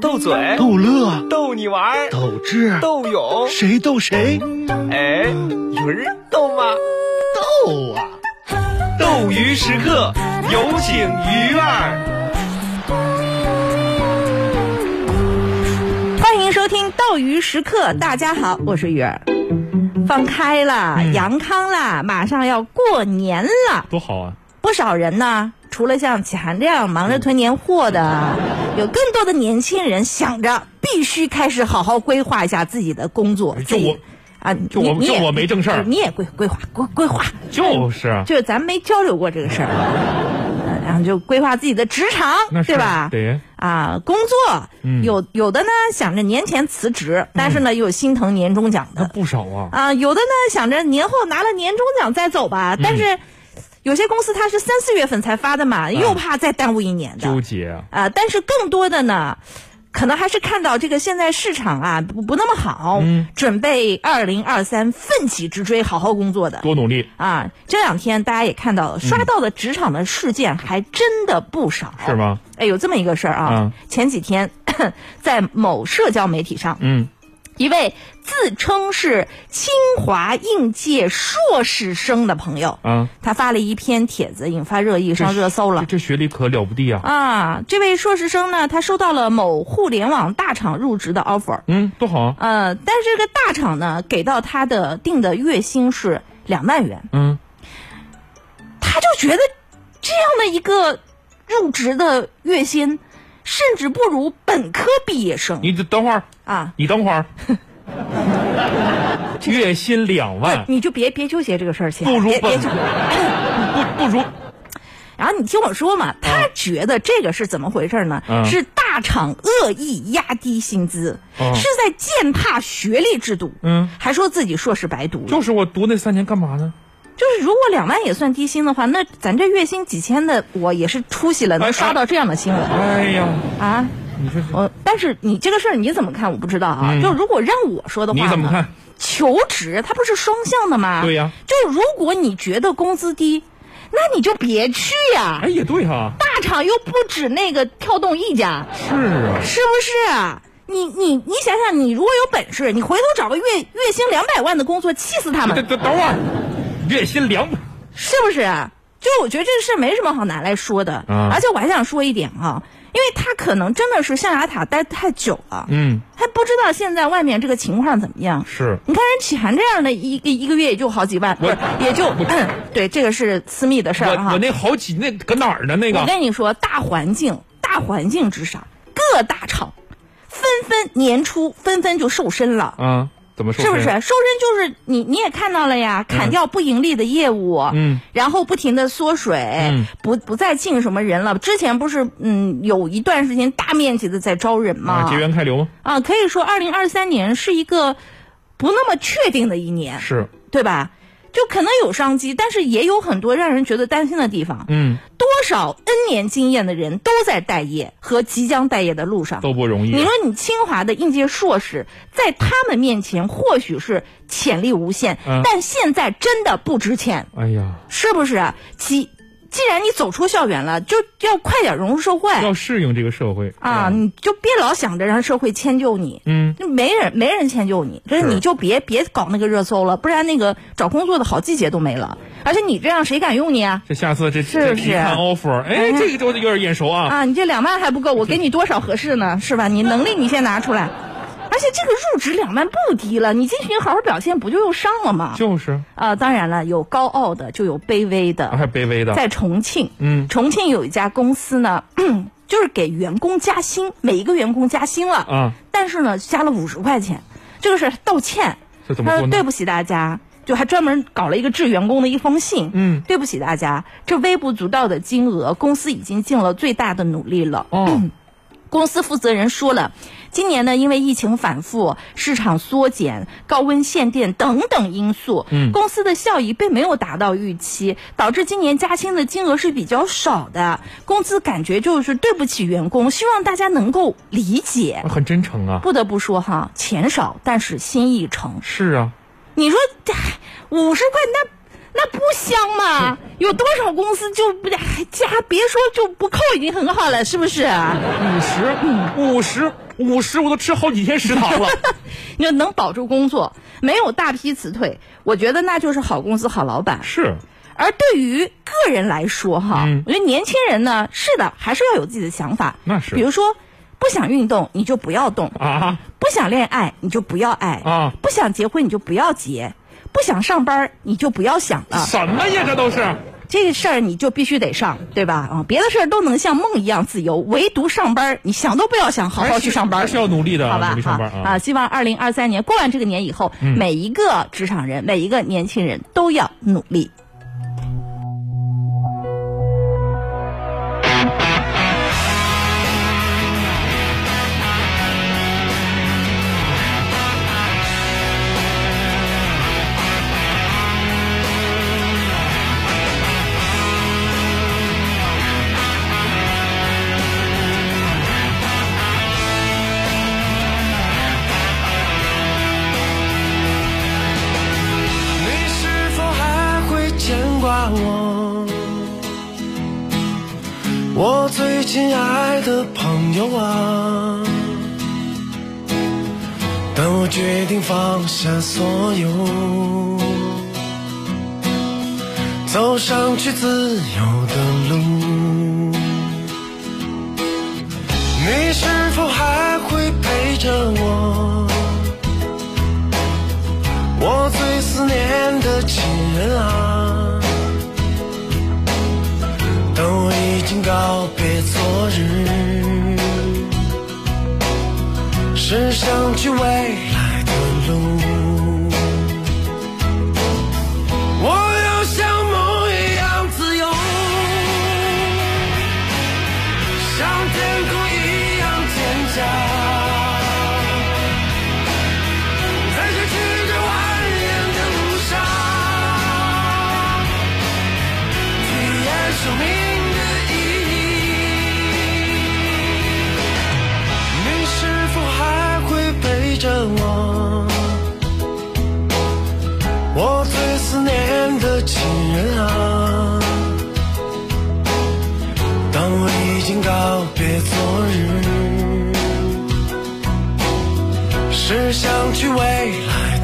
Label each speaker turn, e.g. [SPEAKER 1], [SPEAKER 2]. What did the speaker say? [SPEAKER 1] 斗嘴、
[SPEAKER 2] 逗乐、
[SPEAKER 1] 逗你玩儿、
[SPEAKER 2] 斗智，
[SPEAKER 1] 斗勇，
[SPEAKER 2] 谁逗谁？
[SPEAKER 1] 哎，鱼儿逗吗？
[SPEAKER 2] 逗啊！
[SPEAKER 1] 斗鱼时刻，有请鱼儿。
[SPEAKER 3] 欢迎收听《斗鱼时刻》，大家好，我是鱼儿。放开了，阳康了，马上要过年了，
[SPEAKER 4] 嗯多好啊！
[SPEAKER 3] 不少人呢，除了像启涵这样忙着囤年货的，
[SPEAKER 4] 嗯
[SPEAKER 3] 有更多的年轻人想着必须开始好好规划一下自己的工作。
[SPEAKER 4] 哎就
[SPEAKER 3] 自己
[SPEAKER 4] 我
[SPEAKER 3] 啊，
[SPEAKER 4] 就
[SPEAKER 3] 你
[SPEAKER 4] 我
[SPEAKER 3] 你也
[SPEAKER 4] 就我没正事儿
[SPEAKER 3] 你也规规划规规划，哎
[SPEAKER 4] 就是啊，
[SPEAKER 3] 就是咱没交流过这个事儿， 呃然后就规划自己的职场
[SPEAKER 4] 那，是
[SPEAKER 3] 对吧？
[SPEAKER 4] 对，
[SPEAKER 3] 啊，工作，
[SPEAKER 4] 嗯
[SPEAKER 3] 有有的呢想着年前辞职，但是呢又心疼年终奖
[SPEAKER 4] 那
[SPEAKER 3] 的，
[SPEAKER 4] 不少啊。
[SPEAKER 3] 啊，有的呢想着年后拿了年终奖再走
[SPEAKER 4] 嗯
[SPEAKER 3] 吧，但是有些公司它是三四月份才发的嘛，又怕再耽误一年
[SPEAKER 4] 嗯纠
[SPEAKER 3] 的
[SPEAKER 4] 结啊，
[SPEAKER 3] 啊。但是更多的呢，可能还是看到这个现在市场啊不不那么好，
[SPEAKER 4] 嗯
[SPEAKER 3] 准备二零二三奋起直追，好好工作的。
[SPEAKER 4] 多努力
[SPEAKER 3] 啊，这两天大家也看到了，刷到的职场的事件还真的不少，
[SPEAKER 4] 嗯是？吗？
[SPEAKER 3] 哎，有这么一个事儿啊
[SPEAKER 4] 嗯，
[SPEAKER 3] 前几天在某社交媒体上，
[SPEAKER 4] 嗯，
[SPEAKER 3] 一位自称是清华应届硕士生的朋友，
[SPEAKER 4] 啊，
[SPEAKER 3] 他发了一篇帖子，引发热议，上热搜
[SPEAKER 4] 这
[SPEAKER 3] 了。
[SPEAKER 4] 这学历可了不地啊！
[SPEAKER 3] 啊，这位硕士生呢，他收到了某互联网大厂入职的 offer，
[SPEAKER 4] 嗯，多好啊！
[SPEAKER 3] 呃，但是这个大厂呢，给到他的定的月薪是两万元，
[SPEAKER 4] 嗯，
[SPEAKER 3] 他就觉得这样的一个入职的月薪，甚至不如本科毕业生
[SPEAKER 4] 你等会儿，
[SPEAKER 3] 啊。
[SPEAKER 4] 你等会 儿，月薪两万，
[SPEAKER 3] 你就别别纠结这个事儿，亲爱
[SPEAKER 4] 不
[SPEAKER 3] 的
[SPEAKER 4] 如
[SPEAKER 3] 别别
[SPEAKER 4] 本
[SPEAKER 3] 纠结。
[SPEAKER 4] 不不如
[SPEAKER 3] 然后你听我说嘛，他觉得这个是怎么回事呢？
[SPEAKER 4] 嗯
[SPEAKER 3] 是大厂恶意压低薪资，
[SPEAKER 4] 哦
[SPEAKER 3] 是在践踏学历制度。
[SPEAKER 4] 嗯，
[SPEAKER 3] 还说自己硕士白读了。
[SPEAKER 4] 就是我读那三年干嘛呢？
[SPEAKER 3] 就是如果两万也算低薪的话，那咱这月薪几千的，我也是出息了，能
[SPEAKER 4] 哎
[SPEAKER 3] 刷到这样的新闻、
[SPEAKER 4] 哎呀，
[SPEAKER 3] 啊！
[SPEAKER 4] 你说嗯
[SPEAKER 3] 我但是你这个事儿你怎么看？我不知道啊。就如果让我说的话，
[SPEAKER 4] 你怎么？看？
[SPEAKER 3] 求职它不是双向的吗？
[SPEAKER 4] 对呀
[SPEAKER 3] 就如果你觉得工资低，那你就别去呀、
[SPEAKER 4] 哎，也对哈，
[SPEAKER 3] 大厂又不止那个跳动一家，
[SPEAKER 4] 是啊，
[SPEAKER 3] 是不是啊？你你你想想，你如果有本事，你回头找个月月薪两百万的工作，气死他
[SPEAKER 4] 等
[SPEAKER 3] 们，
[SPEAKER 4] 等等会儿，月薪两百，
[SPEAKER 3] 是不是啊？就我觉得这个事儿没什么好拿来说的，
[SPEAKER 4] 啊
[SPEAKER 3] 而且我还想说一点啊，因为他可能真的是象牙塔待太久了，
[SPEAKER 4] 嗯，
[SPEAKER 3] 还不知道现在外面这个情况怎么样。
[SPEAKER 4] 是
[SPEAKER 3] 你看人启涵这样的一个一个月也就好几万，不
[SPEAKER 4] 我
[SPEAKER 3] 是也就嗯对，这个是私密的事
[SPEAKER 4] 我
[SPEAKER 3] 儿哈。啊
[SPEAKER 4] 我那好几那搁哪儿呢？那
[SPEAKER 3] 我
[SPEAKER 4] 个
[SPEAKER 3] 跟你说，大环境，大环境之上，各大厂纷纷年初纷纷就瘦身了。
[SPEAKER 4] 啊，怎么说？
[SPEAKER 3] 是不是瘦身就是你你也看到了呀，砍掉不盈利的业务，
[SPEAKER 4] 嗯，
[SPEAKER 3] 然后不停的缩水，
[SPEAKER 4] 嗯
[SPEAKER 3] 不不再进什么人了。之前不是嗯有一段时间大面积的在招人
[SPEAKER 4] 啊，
[SPEAKER 3] 嘛，
[SPEAKER 4] 结缘开流吗？
[SPEAKER 3] 啊，可以说二零二三年是一个不那么确定的一年，
[SPEAKER 4] 是，
[SPEAKER 3] 对吧？就可能有商机，但是也有很多让人觉得担心的地方。
[SPEAKER 4] 嗯，
[SPEAKER 3] 多少 N 年经验的人都在待业和即将待业的路上。
[SPEAKER 4] 都不容易。啊
[SPEAKER 3] 你说你清华的应届硕士，在他们面前或许是潜力无限，
[SPEAKER 4] 嗯
[SPEAKER 3] 但现在真的不值钱，
[SPEAKER 4] 哎呀，
[SPEAKER 3] 是不是？其既然你走出校园了，就要快点融入社会
[SPEAKER 4] 要适应这个社会
[SPEAKER 3] 哎啊！你就别老想着让社会迁就你。
[SPEAKER 4] 嗯，
[SPEAKER 3] 就没人没人迁就你，就是
[SPEAKER 4] 是
[SPEAKER 3] 你就别别搞那个热搜了，不然那个找工作的好季节都没了。而且你这样谁敢用你啊？
[SPEAKER 4] 这下次这
[SPEAKER 3] 是
[SPEAKER 4] 这
[SPEAKER 3] 不是
[SPEAKER 4] 一看 offer，哎，这个就有点眼熟 啊。
[SPEAKER 3] 啊，你这两万还不够，我给你多少合 适呢？是吧？你能力你先拿出来，而且这个入职两万不低了，你进去好好表现，不就又上了吗？
[SPEAKER 4] 就是，
[SPEAKER 3] 啊，当然了，有高傲的，就有卑微
[SPEAKER 4] 啊
[SPEAKER 3] 的。
[SPEAKER 4] 还卑微的，
[SPEAKER 3] 在重庆，
[SPEAKER 4] 嗯
[SPEAKER 3] 重庆有一家公司呢， 就是给员工加薪，每一个员工加薪了，
[SPEAKER 4] 啊，
[SPEAKER 3] 但是呢，加了五十块钱，这个是道歉。
[SPEAKER 4] 这怎么
[SPEAKER 3] 他
[SPEAKER 4] 说
[SPEAKER 3] 说
[SPEAKER 4] 呢
[SPEAKER 3] 呃对不起大家，就还专门搞了一个致员工的一封信。
[SPEAKER 4] 嗯，
[SPEAKER 3] 对不起大家，这微不足道的金额，公司已经尽了最大的努力了。
[SPEAKER 4] 哦，
[SPEAKER 3] 公司负责人说了，今年呢，因为疫情反复、市场缩减、高温限电等等因素，
[SPEAKER 4] 嗯
[SPEAKER 3] 公司的效益并没有达到预期，导致今年加薪的金额是比较少的。工资感觉就是对不起员工，希望大家能够理解。
[SPEAKER 4] 很真诚啊。
[SPEAKER 3] 不得不说哈，钱少但是心意诚。
[SPEAKER 4] 是啊，
[SPEAKER 3] 哎你说，五十块那那不香吗？有多少公司就不哎加，别说就不扣已经很好了，是不啊是？
[SPEAKER 4] 五十，
[SPEAKER 3] 嗯
[SPEAKER 4] 五十，五十，我都吃好几天食堂 了。
[SPEAKER 3] 你说能保住工作，没有大批辞退，我觉得那就是好公司、好老板。
[SPEAKER 4] 是，
[SPEAKER 3] 而对于个人来说，哈，
[SPEAKER 4] 嗯
[SPEAKER 3] 我觉得年轻人呢，是的，还是要有自己的想法。
[SPEAKER 4] 那是
[SPEAKER 3] 比如说，不想运动你就不要动，
[SPEAKER 4] 啊，
[SPEAKER 3] 不想恋爱你就不要爱，
[SPEAKER 4] 啊
[SPEAKER 3] 不想结婚你就不要结，不想上班你就不要想了。
[SPEAKER 4] 什么呀？这都是
[SPEAKER 3] 这个事儿你就必须得上，对吧？啊，别的事儿都能像梦一样自由，唯独上班你想都不要想，好好去上班
[SPEAKER 4] 还是要努力的，
[SPEAKER 3] 好吧
[SPEAKER 4] 努力，上班
[SPEAKER 3] 啊！
[SPEAKER 4] 啊。嗯
[SPEAKER 3] 希望二零二三年过完这个年以后，每一个职场人、每一个年轻人都要努力。
[SPEAKER 1] 你是否还会牵挂我？我最亲爱的朋友啊，当我决定放下所有，走上去自由的路，你是否还会陪着我？我最思念的亲人啊，当我已经告别昨日，驶向去未来的路。我要像梦一样自由，像天空一样坚强。在这去着蜿蜒的路上，体验生命的意义。你是否还会陪着我？我最思念的亲人啊，当我已经告别昨日。是想去未来